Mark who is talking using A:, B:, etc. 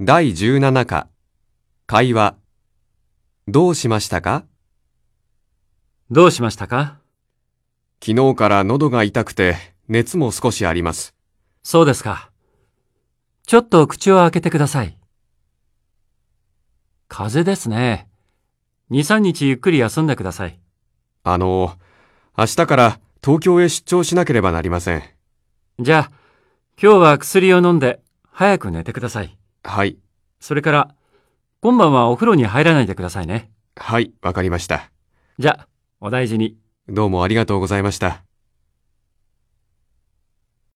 A: 第17課、会話。どうしましたか
B: どうしましたか
A: 昨日から喉が痛くて、熱も少しあります。
B: そうですか。ちょっと口を開けてください。風邪ですね。2、3日ゆっくり休んでください。
A: あの、明日から東京へ出張しなければなりません。
B: じゃあ、今日は薬を飲んで、早く寝てください。
A: はい、
B: それから、今晩はお風呂に入らないでくださいね。
A: はい、わかりました。
B: じゃあ、お大事に。
A: どうもありがとうございました。